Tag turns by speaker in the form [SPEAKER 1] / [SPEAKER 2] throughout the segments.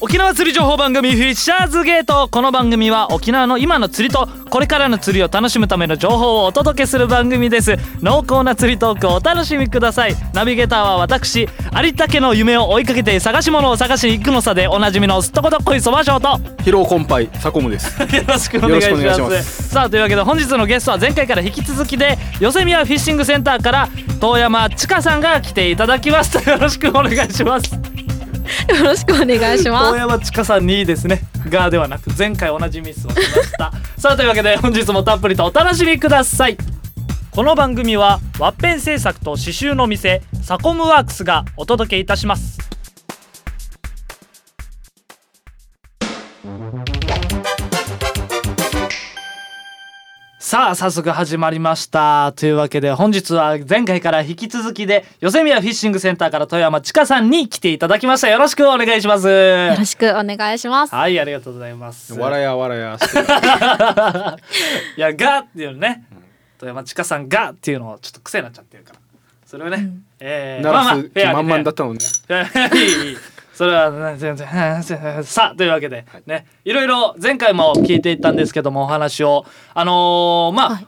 [SPEAKER 1] 沖縄釣り情報番組フィッシャーズゲートこの番組は沖縄の今の釣りとこれからの釣りを楽しむための情報をお届けする番組です濃厚な釣りトークをお楽しみくださいナビゲーターは私有田家の夢を追いかけて探し物を探しに行くのさでおなじみのすっとこどっこいそばしょうと
[SPEAKER 2] 疲労困憊サコムで す
[SPEAKER 1] よろしくお願いし
[SPEAKER 2] よろしくお願
[SPEAKER 1] ま
[SPEAKER 2] い
[SPEAKER 1] す
[SPEAKER 2] しま
[SPEAKER 1] さあというわけで本日のゲストは前回から引き続きでよせみやフィッシングセンターから遠山千佳さんが来ていただきましたよろしくお願いします
[SPEAKER 3] よろしくお願いしま
[SPEAKER 1] 遠
[SPEAKER 3] す。
[SPEAKER 1] 山千佳さんにですねがではなく前回同じミスをしました さあというわけで本日もたっぷりとお楽しみくださいこの番組はワッペン製作と刺繍の店サコムワークスがお届けいたしますさあ早速始まりましたというわけで本日は前回から引き続きでヨセミヤフィッシングセンターから富山千佳さんに来ていただきましたよろしくお願いします
[SPEAKER 3] よろしくお願いします。
[SPEAKER 1] はいありがとうございます
[SPEAKER 2] 笑や笑やしてる
[SPEAKER 1] いや「が」っていうのね富山千佳さん「が」っていうのをちょっと癖になっちゃってるからそれをね、えー
[SPEAKER 2] 鳴らす気
[SPEAKER 1] まあ
[SPEAKER 2] 満
[SPEAKER 1] まあ
[SPEAKER 2] 々だっ
[SPEAKER 1] フ
[SPEAKER 2] たのね
[SPEAKER 1] ェアにねい いいいそれはね全然さあというわけでねいろいろ前回も聞いていったんですけどもお話をあのーまあ、
[SPEAKER 3] はい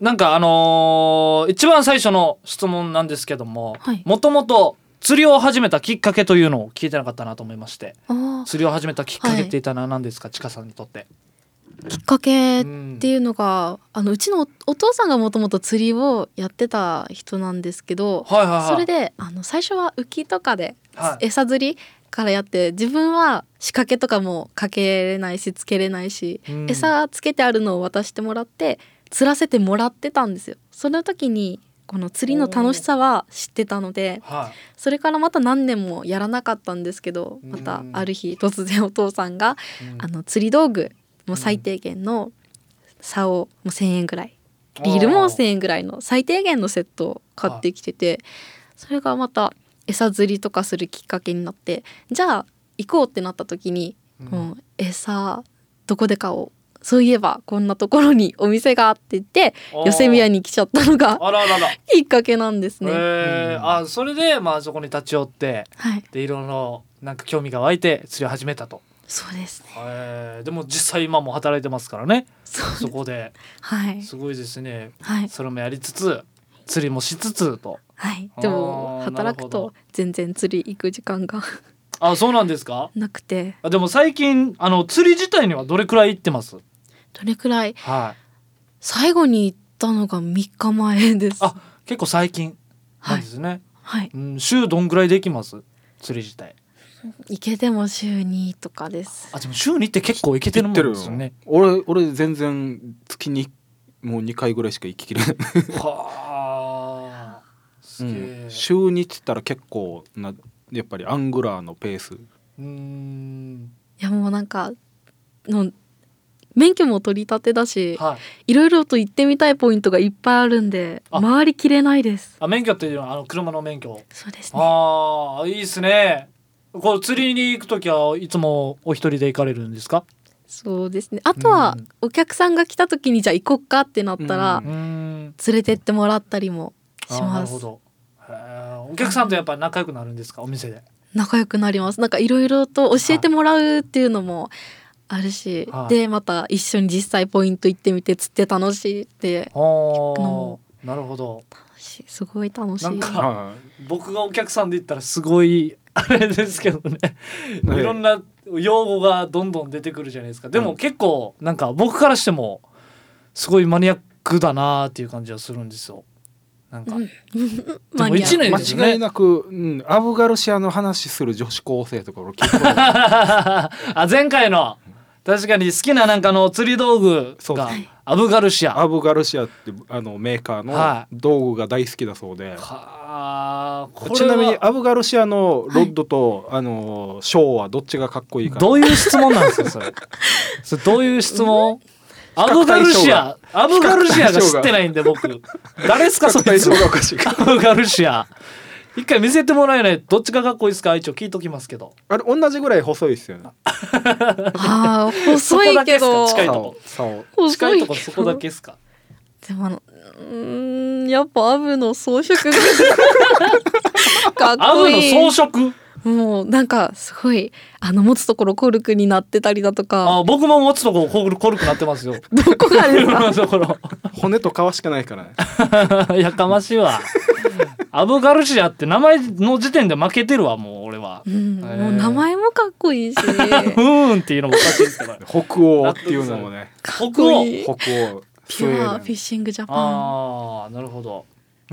[SPEAKER 1] なんかあのー一番最初の質問なんですけども
[SPEAKER 3] はい
[SPEAKER 1] もともと釣りを始めたきっかけというのを聞いてなかったなと思いまして
[SPEAKER 3] あ
[SPEAKER 1] 釣りを始めたきっかけっていたのは何ですか、ちかさんにとって。
[SPEAKER 3] ーきっかけっ
[SPEAKER 1] うん
[SPEAKER 3] ていうのが、あのうちのおお父さんがもともと釣りをやってた人なんですけど、
[SPEAKER 1] はいはいはい、
[SPEAKER 3] それであの最初は浮きとかで
[SPEAKER 1] はい
[SPEAKER 3] 餌釣りからやって自分は仕掛けとかもかけれないしつけれないし、
[SPEAKER 1] うん
[SPEAKER 3] 餌つけてあるのを渡してもらって釣らせてもらってたんですよ。その時にこの釣りの楽しさは知ってたので
[SPEAKER 1] はい
[SPEAKER 3] それからまた何年もやらなかったんですけどまたある日突然お父さんがあの釣り道具もう最低限の竿もう1,000円ぐらいリールも1,000円ぐらいの最低限のセットを買ってきててそれがまた餌釣りとかするきっかけになってじゃあ行こうってなった時に、もう餌どこで買おうそういえばこんなところにお店があって言って
[SPEAKER 1] おー
[SPEAKER 3] 寄せ宮に来ちゃったのが
[SPEAKER 1] あらあらあら。へ
[SPEAKER 3] きっかけなんですね。
[SPEAKER 1] えあそれでまあそこに立ち寄って
[SPEAKER 3] はい、
[SPEAKER 1] でいろいろなんか興味が湧いて釣りを始めたと。
[SPEAKER 3] そうですね。
[SPEAKER 1] へえでも実際今も働いてますからね
[SPEAKER 3] そう
[SPEAKER 1] そこ で
[SPEAKER 3] はい
[SPEAKER 1] すごいですね。
[SPEAKER 3] はい
[SPEAKER 1] それもやりつつ釣りもしつつと。
[SPEAKER 3] はい、でも
[SPEAKER 1] あー
[SPEAKER 3] 働く
[SPEAKER 1] なるほど
[SPEAKER 3] と全然釣り行く時間が
[SPEAKER 1] あそうなんですか。
[SPEAKER 3] なくて
[SPEAKER 1] あでも最近あの釣り自体にはどれくらい行ってます。
[SPEAKER 3] どれくらい
[SPEAKER 1] はい。
[SPEAKER 3] 最後に行ったのが3日前です
[SPEAKER 1] あ結構最近なんですね。
[SPEAKER 3] はい
[SPEAKER 1] うん週どんぐらいできます釣り自体。
[SPEAKER 3] 行けても週2とかです
[SPEAKER 1] あでも週にって結構行けてるもんですよね。
[SPEAKER 2] 俺俺全然月にもう2回ぐらいしか行ききれない、
[SPEAKER 1] はあ。す
[SPEAKER 2] う
[SPEAKER 1] げ
[SPEAKER 2] ん
[SPEAKER 1] え。
[SPEAKER 2] 週2っつったら結構なやっぱりアングラーのペース
[SPEAKER 1] うーん。
[SPEAKER 3] いやもうなんかの免許も取り立てだし
[SPEAKER 1] はい。
[SPEAKER 3] いろいろと行ってみたいポイントがいっぱいあるんで
[SPEAKER 1] あ
[SPEAKER 3] 回りきれないです
[SPEAKER 1] あ、免許っていうのは、あの車の免許。
[SPEAKER 3] そうですね
[SPEAKER 1] ああ、いいですね。こう釣りに行くときはいつもお一人で行かれるんですか。
[SPEAKER 3] そうですねあとは
[SPEAKER 1] うん
[SPEAKER 3] お客さんが来た時にじゃあ行こっかってなったら
[SPEAKER 2] う
[SPEAKER 1] うーん。
[SPEAKER 3] 連れてってもらったりも
[SPEAKER 1] あー
[SPEAKER 3] し
[SPEAKER 1] な
[SPEAKER 3] ま
[SPEAKER 1] る
[SPEAKER 3] す
[SPEAKER 1] ほど。へーお客さんとやっぱ仲良くなるんですか、お店で。
[SPEAKER 3] 仲良くなりますなんかいろいろと教えてもらうっていうのもあるし、
[SPEAKER 1] はい
[SPEAKER 3] でまた一緒に実際ポイント行ってみて釣って楽しいって
[SPEAKER 1] ああ
[SPEAKER 3] の。
[SPEAKER 1] なるほど。
[SPEAKER 3] 楽しいすごい楽しい
[SPEAKER 1] なんか
[SPEAKER 2] は
[SPEAKER 1] 僕がお客さんで行ったら、すごい。あれですけどね。い
[SPEAKER 2] ね
[SPEAKER 1] ろんな用語がどんどん出てくるじゃないですか。で
[SPEAKER 2] う
[SPEAKER 1] も
[SPEAKER 2] ん
[SPEAKER 1] 結構なんか僕からしてもすごいマニアックだなーっていう感じはするんですよ。なんか、
[SPEAKER 3] うん
[SPEAKER 1] でも一
[SPEAKER 3] マニ
[SPEAKER 1] 年で
[SPEAKER 2] い、
[SPEAKER 3] ア
[SPEAKER 2] 間違い
[SPEAKER 1] すね。
[SPEAKER 2] なく、うん、アブガルシアの話する女子高生とか俺聞いたこと ある
[SPEAKER 1] あ前回の確かに好きななんかあの釣り道具
[SPEAKER 2] そう
[SPEAKER 1] がアブガルシア。
[SPEAKER 2] アブガルシアってあのメーカーの
[SPEAKER 1] は
[SPEAKER 2] 道具が大好きだそうで、
[SPEAKER 1] はあこ
[SPEAKER 2] ち
[SPEAKER 1] れ
[SPEAKER 2] なみに
[SPEAKER 1] は
[SPEAKER 2] アブガルシアのロッドと、あのショーはどっちがかっこいいか
[SPEAKER 1] どういう質問なんですかそ れ。それどういう質問？アブガルシアアブガルシアが知ってないんで僕誰ですかそれ
[SPEAKER 2] 対象がおかしいか
[SPEAKER 1] ガルシア一回見せてもらえないどっちがかっこいいですか一応聞いときますけど
[SPEAKER 2] あれ同じぐらい細いですよね
[SPEAKER 3] あー細い けど
[SPEAKER 1] そこだけですか近いとこ近
[SPEAKER 2] 竿竿
[SPEAKER 3] 細
[SPEAKER 1] い
[SPEAKER 3] い
[SPEAKER 1] とこそこだけですか
[SPEAKER 3] でもあの うーんやっぱアブの装飾がかっ
[SPEAKER 1] アブ
[SPEAKER 3] こ
[SPEAKER 1] の
[SPEAKER 3] いい
[SPEAKER 1] 装飾
[SPEAKER 3] もうなんかすごいあの持つところコルクになってたりだとか
[SPEAKER 1] あ僕も持つとこコルコルクなってますよ。
[SPEAKER 3] どこがで すか
[SPEAKER 1] のところ。
[SPEAKER 2] 骨と皮しかないからね
[SPEAKER 1] やかましいわ。アブガルシアって名前の時点で負けてるわもう俺は
[SPEAKER 3] う。ん、
[SPEAKER 1] へー
[SPEAKER 3] もう名前もかっこいいし
[SPEAKER 1] うーんっていうのもおかしいですから。
[SPEAKER 2] 北欧っていうのもね
[SPEAKER 3] かっこいい
[SPEAKER 2] 北欧
[SPEAKER 3] ピュアフィッシングジャパン
[SPEAKER 1] ああなるほど。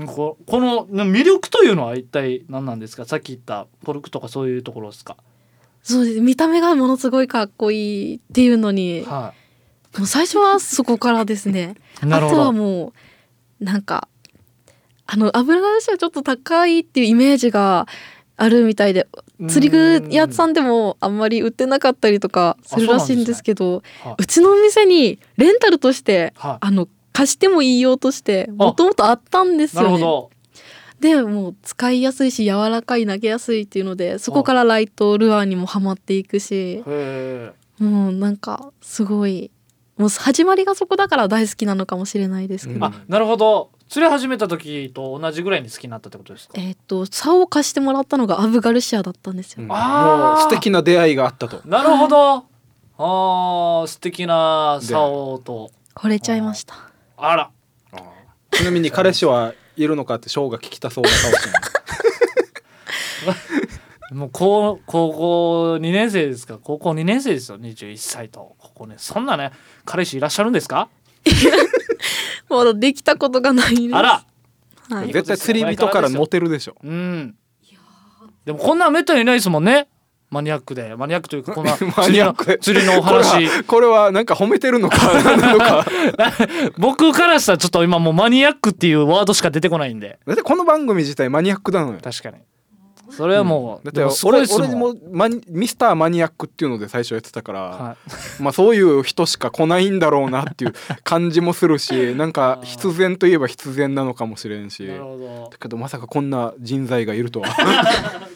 [SPEAKER 1] ここの魅力というのは一体何なんですかさっき言ったコルクとかそういうところですか、
[SPEAKER 3] そうです見た目がものすごいかっこいいっていうのに
[SPEAKER 1] は
[SPEAKER 3] もう最初はそこからですね
[SPEAKER 1] い、 なる
[SPEAKER 3] あと
[SPEAKER 1] ほ
[SPEAKER 3] は
[SPEAKER 1] ど
[SPEAKER 3] もうなんかあの油がしはちょっと高いっていうイメージがあるみたいで釣り具屋さんでもあんまり売ってなかったりとかするらしいんですけどう
[SPEAKER 1] そうなん
[SPEAKER 3] ちのお店にレンタルとして
[SPEAKER 1] はい
[SPEAKER 3] あの貸してもいいようとしてもともとあったんです
[SPEAKER 1] なるほ
[SPEAKER 3] よね。
[SPEAKER 1] ど
[SPEAKER 3] でもう使いやすいし柔らかい投げやすいっていうのでそこからライトルアーにもハマっていくし
[SPEAKER 1] へ
[SPEAKER 3] もうなんかすごいもう始まりがそこだから大好きなのかもしれないですけ
[SPEAKER 1] え
[SPEAKER 3] ど、
[SPEAKER 1] あなるほど釣り始めた時と同じぐらいに好きになったってことですか
[SPEAKER 3] えっと竿を貸してもらったのがアブガルシアだったんですよ。
[SPEAKER 2] うん
[SPEAKER 1] あー
[SPEAKER 2] もう素敵な出会いがあったと
[SPEAKER 1] なるほどあー素敵な竿と
[SPEAKER 3] 惚れちゃいました。
[SPEAKER 1] あら
[SPEAKER 2] ちなみに彼氏はいるのかってショーが聞きたそうな顔してる
[SPEAKER 1] もう高高校2年生ですか高校2年生ですよ21歳とここねそんなね彼氏いらっしゃるんですか
[SPEAKER 3] まだできたことがないです。
[SPEAKER 1] あら
[SPEAKER 3] はい、
[SPEAKER 2] 絶対釣り人からモテるでしょ
[SPEAKER 1] うんでもこんなめったにいないですもんねマニアックでマニアックというかこんな
[SPEAKER 2] マ
[SPEAKER 1] 釣り
[SPEAKER 2] ニア
[SPEAKER 1] の
[SPEAKER 2] ックで
[SPEAKER 1] 釣りのお
[SPEAKER 2] これ
[SPEAKER 1] 話
[SPEAKER 2] はこれはなんか褒めてるのか 何なのか
[SPEAKER 1] 僕からしたらちょっと今もうマニアックっていうワードしか出てこないんで
[SPEAKER 2] だってこの番組自体マニアックなのよ
[SPEAKER 1] 確かにそれはもう、
[SPEAKER 2] だって
[SPEAKER 1] でもすごい
[SPEAKER 2] 俺
[SPEAKER 1] ですもん
[SPEAKER 2] 俺もマニミスターマニアックっていうので最初やってたから、
[SPEAKER 1] は
[SPEAKER 2] まあそういう人しか来ないんだろうなっていう感じもする しなんか必然といえば必然なのかもしれん
[SPEAKER 1] い
[SPEAKER 2] し
[SPEAKER 1] なる
[SPEAKER 2] だ
[SPEAKER 1] ほど
[SPEAKER 2] けどまさかこんな人材がいるとは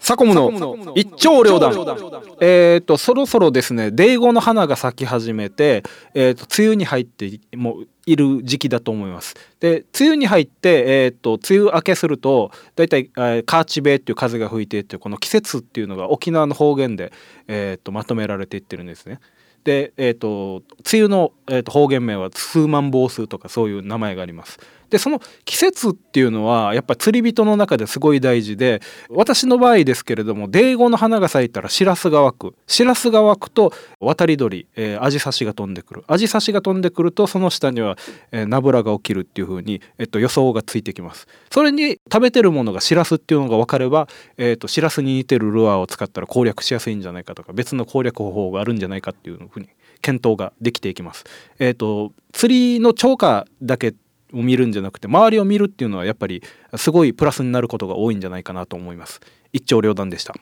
[SPEAKER 2] サコムの一丁両断えっとそろそろですねデイゴの花が咲き始めて、えー、と梅雨に入ってもういる時期だと思います。で梅雨に入って、えー、と梅雨明けすると大体、えーカーチベイっていう風が吹いてっていうこの季節っていうのが沖縄の方言で、えー、とまとめられていってるんですね。で、えー、と梅雨の、えー、と方言名は数万房数とかそういう名前があります。でその季節っていうのはやっぱ釣り人の中ですごい大事で私の場合ですけれどもデイゴの花が咲いたらシラスが湧くシラスが湧くと渡り鳥、えーアジサシが飛んでくるアジサシが飛んでくるとその下には、えーナブラが起きるっていう風に、えっと、予想がついてきますそれに食べてるものがシラスっていうのが分かれば、えっと、シラスに似てるルアーを使ったら攻略しやすいんじゃないかとか別の攻略方法があるんじゃないかっていう風に検討ができていきます。えっと釣りの釣果だけを見るんじゃなくて周りを見るっていうのはやっぱりすごいプラスになることが多いんじゃないかなと思います一長両断でした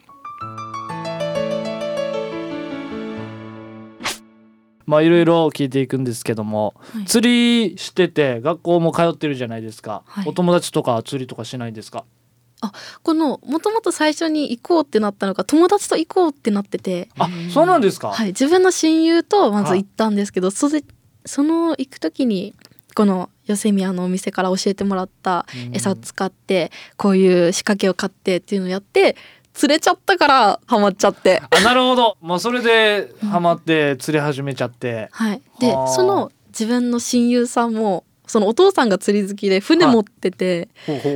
[SPEAKER 1] まあいろいろ聞いていくんですけども、
[SPEAKER 3] はい
[SPEAKER 1] 釣りしてて学校も通ってるじゃないですか、
[SPEAKER 3] はい
[SPEAKER 1] お友達とか釣りとかしないんですか
[SPEAKER 3] このもともと最初に行こうってなったのが友達と行こうってなってて、
[SPEAKER 1] あそうなんですか、
[SPEAKER 3] はい、自分の親友とまず行ったんですけどそれその行く時にこのヨセミヤのお店から教えてもらった
[SPEAKER 1] うん
[SPEAKER 3] 餌を使ってこういう仕掛けを買ってっていうのをやって釣れちゃったからハマっちゃって。
[SPEAKER 1] あなるほど、まあ、それでハマって釣り始めちゃって、
[SPEAKER 3] はい、で
[SPEAKER 1] はあ
[SPEAKER 3] その自分の親友さんもそのお父さんが釣り好きで船持ってて、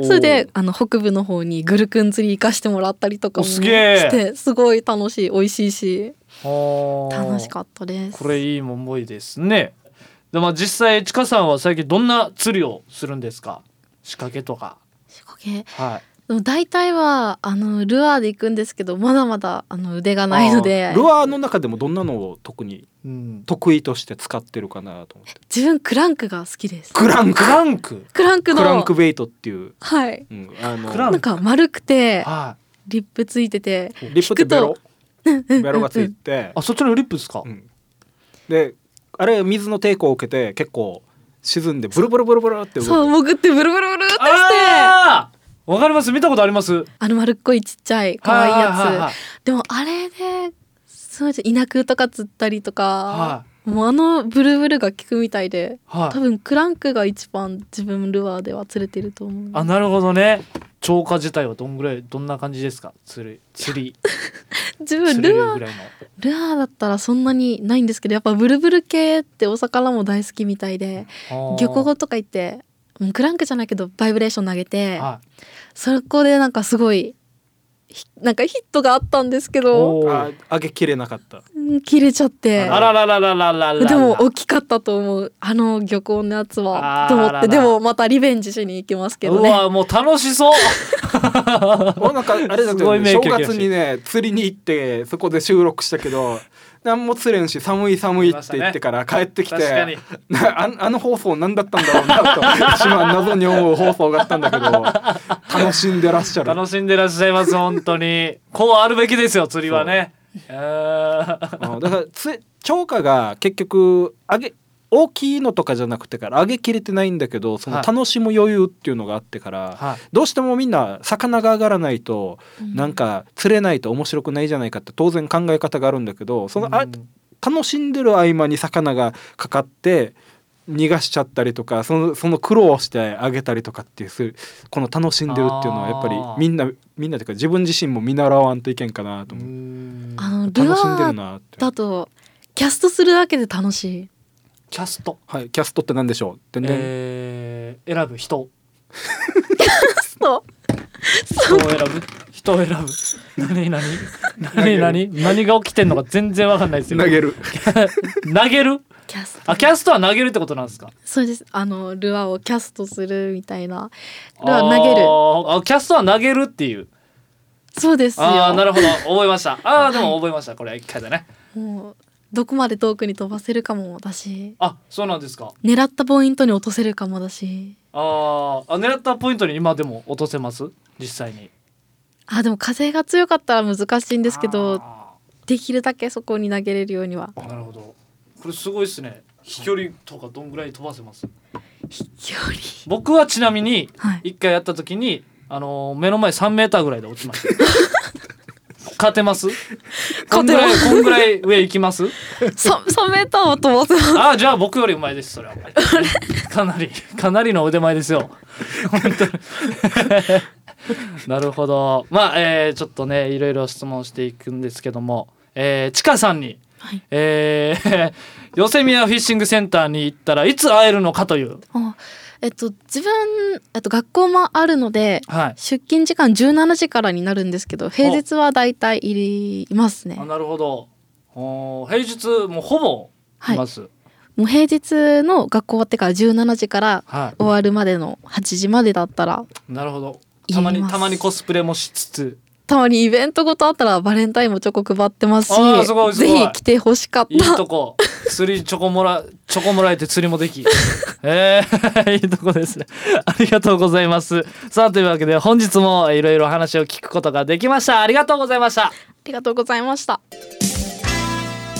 [SPEAKER 3] それであの北部の方にグルクン釣り行かしてもらったりとかも
[SPEAKER 1] お
[SPEAKER 3] し
[SPEAKER 1] すげえ
[SPEAKER 3] てすごい楽しい美味しいし楽
[SPEAKER 1] 楽
[SPEAKER 3] しかったです。
[SPEAKER 1] これいい思いですねでまあ実際ちかさんは最近どんな釣りをするんですか仕掛けとか
[SPEAKER 3] 仕掛け
[SPEAKER 1] はい
[SPEAKER 3] でも大体はあのルアーで行くんですけどまだまだあの腕がないので
[SPEAKER 2] ルアーの中でもどんなのを特に
[SPEAKER 1] うん
[SPEAKER 2] 得意として使ってるかなと思って
[SPEAKER 3] 自分クランクが好きです。
[SPEAKER 2] クランク
[SPEAKER 1] クランク
[SPEAKER 3] クラン
[SPEAKER 2] ク
[SPEAKER 3] クの
[SPEAKER 2] ランクベイトっていう、
[SPEAKER 3] はい
[SPEAKER 2] うん、あの
[SPEAKER 1] クラン
[SPEAKER 3] なんか丸くて
[SPEAKER 1] は
[SPEAKER 3] リップついてて
[SPEAKER 2] リップってベロベロがついて
[SPEAKER 1] いあそっちのリップですか、
[SPEAKER 2] うんであれ水の抵抗を受けて結構沈んでブルブルブルブルって動
[SPEAKER 3] そう
[SPEAKER 2] く
[SPEAKER 3] 潜ってブルブルブルってして
[SPEAKER 1] あ
[SPEAKER 3] あ
[SPEAKER 1] ーわかります見たことあります
[SPEAKER 3] の丸っこいちっちゃい可愛いやつ。
[SPEAKER 1] はははは
[SPEAKER 3] でもあれでそうです稲空とか釣ったりとか、
[SPEAKER 1] は
[SPEAKER 3] もうあのブルブルが効くみたいで
[SPEAKER 1] は
[SPEAKER 3] 多
[SPEAKER 1] い。
[SPEAKER 3] 分クランクが一番自分ルアーでは釣れてると思う
[SPEAKER 1] あ、なるほどね。超過自体はどんぐらい、どんな感じですか。釣り、釣り、
[SPEAKER 3] 自分
[SPEAKER 1] 釣れる
[SPEAKER 3] ルア
[SPEAKER 1] ぐ
[SPEAKER 3] ー
[SPEAKER 1] らいの。
[SPEAKER 3] ルアーだったらそんなにないんですけどやっぱブルブル系ってお魚も大好きみたいで
[SPEAKER 1] あー
[SPEAKER 3] 漁港とか行ってうんクランクじゃないけどバイブレーション投げて
[SPEAKER 1] は
[SPEAKER 3] そこでなんかすごいひなんかヒットがあったんですけ
[SPEAKER 1] い。
[SPEAKER 3] ど
[SPEAKER 1] お
[SPEAKER 2] あ
[SPEAKER 1] ー
[SPEAKER 2] 上げきれなかった
[SPEAKER 3] うん切れちゃって
[SPEAKER 1] あららららららら。
[SPEAKER 3] でも大きかったと思うあの漁港のやつは
[SPEAKER 1] あー
[SPEAKER 3] と思っ
[SPEAKER 1] あら
[SPEAKER 3] て
[SPEAKER 1] ら
[SPEAKER 3] でもまたリベンジしに行きますけど
[SPEAKER 1] う
[SPEAKER 3] ね
[SPEAKER 1] わもう楽しそう
[SPEAKER 2] もうなんかあれだ
[SPEAKER 1] す
[SPEAKER 2] け
[SPEAKER 1] ご
[SPEAKER 2] ど、
[SPEAKER 1] い名
[SPEAKER 2] ね、正
[SPEAKER 1] 曲やし
[SPEAKER 2] 月にね釣りに行ってそこで収録したけど何も釣れんし寒い寒いって言ってから帰ってきて、
[SPEAKER 1] 確かに
[SPEAKER 2] な ああの放送何だったんだろうなと私は謎に思う放送があったんだけど楽しんでらっしゃる。
[SPEAKER 1] 楽しんでらっしゃいます本当 にこうあるべきですよ釣りはねあ
[SPEAKER 2] うんだからつ超過が結局上げ大きいのとかじゃなくてから上げきれてないんだけどその
[SPEAKER 1] はい
[SPEAKER 2] 楽しむ余裕っていうのがあってから、
[SPEAKER 1] ーはい
[SPEAKER 2] どうしてもみんな魚が上がらないと
[SPEAKER 3] うん
[SPEAKER 2] なんか釣れないと面白くないじゃないかって当然考え方があるんだけどその、あ
[SPEAKER 1] うん
[SPEAKER 2] 楽しんでる合間に魚がかかって逃がしちゃったりとかそのその苦労をしてあげたりとかっていうするこの楽しんでるっていうのはやっぱり
[SPEAKER 1] あー
[SPEAKER 2] みんなみんなというか自分自身も見習わんといけんかなと
[SPEAKER 1] う
[SPEAKER 2] 思う、
[SPEAKER 1] ん
[SPEAKER 3] あのル
[SPEAKER 2] 楽しんで
[SPEAKER 3] ア
[SPEAKER 2] る
[SPEAKER 3] ー
[SPEAKER 2] なって
[SPEAKER 3] だとキャストするだけで楽しい
[SPEAKER 1] キャスト
[SPEAKER 2] はいキャストって何でしょうってね、
[SPEAKER 1] えー選ぶ人
[SPEAKER 3] そう
[SPEAKER 1] 人を選ぶ人を選ぶ何何何何何が起きてんのか全然わかんないですよ
[SPEAKER 2] 投 げる
[SPEAKER 1] 投げる
[SPEAKER 3] キャスト
[SPEAKER 1] あキャストは投げるってことなんですか
[SPEAKER 3] そうですあのルアーをキャストするみたいなルアー投げる
[SPEAKER 1] あーあキャストは投げるっていう
[SPEAKER 3] そうですよ
[SPEAKER 1] ああなるほど覚えましたああでも覚えましたこれ一回だね
[SPEAKER 3] もうどこまで遠くに飛ばせるかもだし
[SPEAKER 1] あそうなんですか
[SPEAKER 3] 狙ったポイントに落とせるかもだし
[SPEAKER 1] あーあ狙ったポイントに今でも落とせます実際に
[SPEAKER 3] あでも風が強かったら難しいんですけど
[SPEAKER 1] あ
[SPEAKER 3] できるだけそこに投げれるようには
[SPEAKER 1] ーなるほどこれすごいですね飛距離とかどんぐらい飛ばせます
[SPEAKER 3] より
[SPEAKER 1] 僕はちなみに
[SPEAKER 3] はい
[SPEAKER 1] 一回やった時にあのー目の前3メーターぐらいで落ちま した勝てますこんぐらいこんぐらい上行きます
[SPEAKER 3] 3メーターは飛ばせます
[SPEAKER 1] ああじゃあ僕より上手いですそ れはかなりかなりの腕前ですよ本 当になるほどまあ、えーちょっとねいろいろ質問していくんですけども、えー、ちかさんに、
[SPEAKER 3] はい
[SPEAKER 1] えー ヨセミヤフィッシングセンターに行ったらいつ会えるのかという、
[SPEAKER 3] あえっと自分えっと学校もあるので
[SPEAKER 1] はい、
[SPEAKER 3] 出勤時間17時からになるんですけど平日はだいたいいますね
[SPEAKER 1] あなるほどおー平日もうほぼいます、はい
[SPEAKER 3] もう平日の学校終わってから17時から終わるまでの8時までだったら
[SPEAKER 1] なるほどたま
[SPEAKER 3] い
[SPEAKER 1] に
[SPEAKER 3] ます
[SPEAKER 1] たまにコスプレもしつつ
[SPEAKER 3] たまにイベントごとあったらバレンタインもチョコ配ってますし
[SPEAKER 1] あーすごいすごい
[SPEAKER 3] ぜひ来てほしかった
[SPEAKER 1] いいとこ釣りチョコもらチョコもらえて釣りもで きえー、いいとこですねありがとうございますさあというわけで本日もいろいろ話を聞くことができましたありがとうございました
[SPEAKER 3] ありがとうございました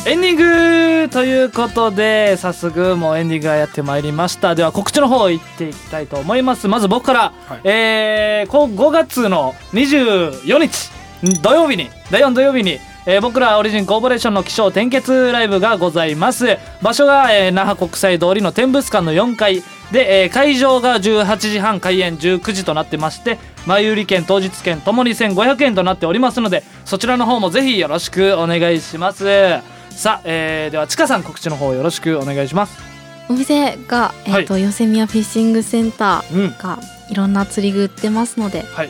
[SPEAKER 1] エンディングということで早速もうエンディングがやってまいりましたでは告知の方行っていきたいと思いますまず僕から、
[SPEAKER 2] はい
[SPEAKER 1] えー、こ5月の24日ん土曜日に第4土曜日に、えー僕らオリジンコーポレーションの起承転結ライブがございます場所が、えー那覇国際通りの天物館の4階で、えー会場が18時半開演19時となってまして前売り券当日券ともに1500円となっておりますのでそちらの方もぜひよろしくお願いしますさあ、えーではちかさん告知の方よろしくお願いします。
[SPEAKER 3] お店が、えーとヨセミヤフィッシングセンタ
[SPEAKER 1] うん
[SPEAKER 3] ーがいろんな釣り具売ってますので、
[SPEAKER 1] はい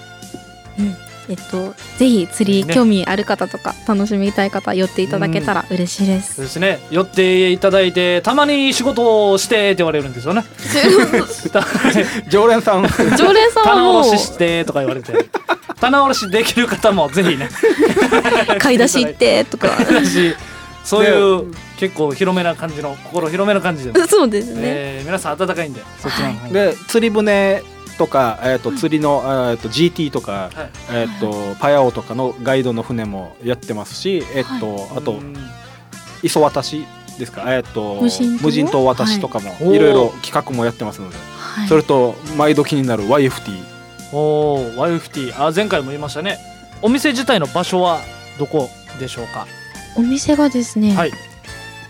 [SPEAKER 3] うんえっと、ぜひ釣り
[SPEAKER 1] ね
[SPEAKER 3] 興味ある方とか、楽しみたい方寄っていただけたら嬉しいで
[SPEAKER 1] そう
[SPEAKER 3] す。
[SPEAKER 1] ですね寄っていただいてたまに仕事をしてって言われるんですよね。 た
[SPEAKER 2] 常連さん
[SPEAKER 3] 常連さんは
[SPEAKER 1] 棚
[SPEAKER 3] も
[SPEAKER 1] 卸しし
[SPEAKER 3] う
[SPEAKER 1] てとか言われて棚卸しできる方もぜひね
[SPEAKER 3] 買い出し行ってとか
[SPEAKER 1] 私そういう結構広めな感じの心広めな感じでも、
[SPEAKER 3] そうですね、
[SPEAKER 1] えー皆さん温かいんでそっちの方も
[SPEAKER 2] で釣り船とか、えー、と釣りの、えー、と GT とか、
[SPEAKER 1] はい
[SPEAKER 2] えー、とパヤオとかのガイドの船もやってますし、えーとあ
[SPEAKER 1] う
[SPEAKER 2] と
[SPEAKER 1] ん
[SPEAKER 2] 磯渡しですか、えー、と
[SPEAKER 3] 無人島
[SPEAKER 2] 無人島渡しとかも、
[SPEAKER 1] はい
[SPEAKER 2] いろいろ企画もやってますので、
[SPEAKER 3] はい
[SPEAKER 2] それと毎度気になる YFT
[SPEAKER 1] おー YFT あ前回も言いましたねお店自体の場所はどこでしょうか
[SPEAKER 3] お店がですね、
[SPEAKER 1] はい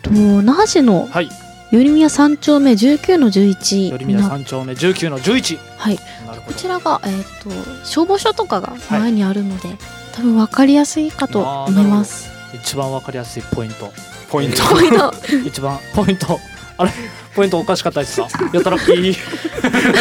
[SPEAKER 3] と那覇市の
[SPEAKER 1] はい
[SPEAKER 3] 寄宮三丁目19の11
[SPEAKER 1] 寄宮三丁目19の11
[SPEAKER 3] はい
[SPEAKER 1] なるほど
[SPEAKER 3] こちらが、えー、と消防署とかが前にあるので、多分分かりやすいかと思います。
[SPEAKER 1] 一番わかりやすいポイント
[SPEAKER 2] ポイント
[SPEAKER 3] こういう の
[SPEAKER 1] 一番ポイント あれポイントおかしかったですかやたらピー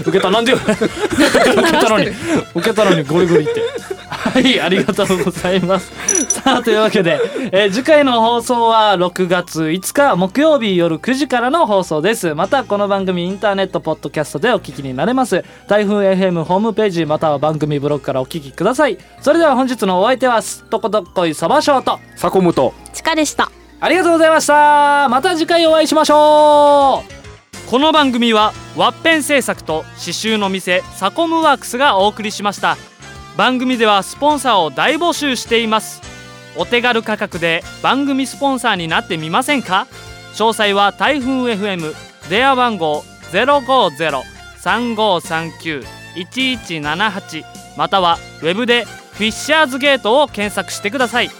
[SPEAKER 1] 受けたなんでよ 受けたのに受けたのにゴリゴリって はいありがとうございます さあというわけで、えー次回の放送は6月5日木曜日夜9時からの放送ですまたこの番組インターネットポッドキャストでお聞きになれます台風 FM ホームページまたは番組ブログからお聞きくださいそれでは本日のお相手はすっとこどっこいそばショーと
[SPEAKER 2] サコムと
[SPEAKER 3] 地下でした
[SPEAKER 1] ありがとうございましたまた次回お会いしましょうこの番組はワッペン製作と刺繍の店サコムワークスがお送りしました番組ではスポンサーを大募集していますお手軽価格で番組スポンサーになってみませんか詳細は台風 FM 電話番号050-3539-1178またはウェブでフィッシャーズゲートを検索してください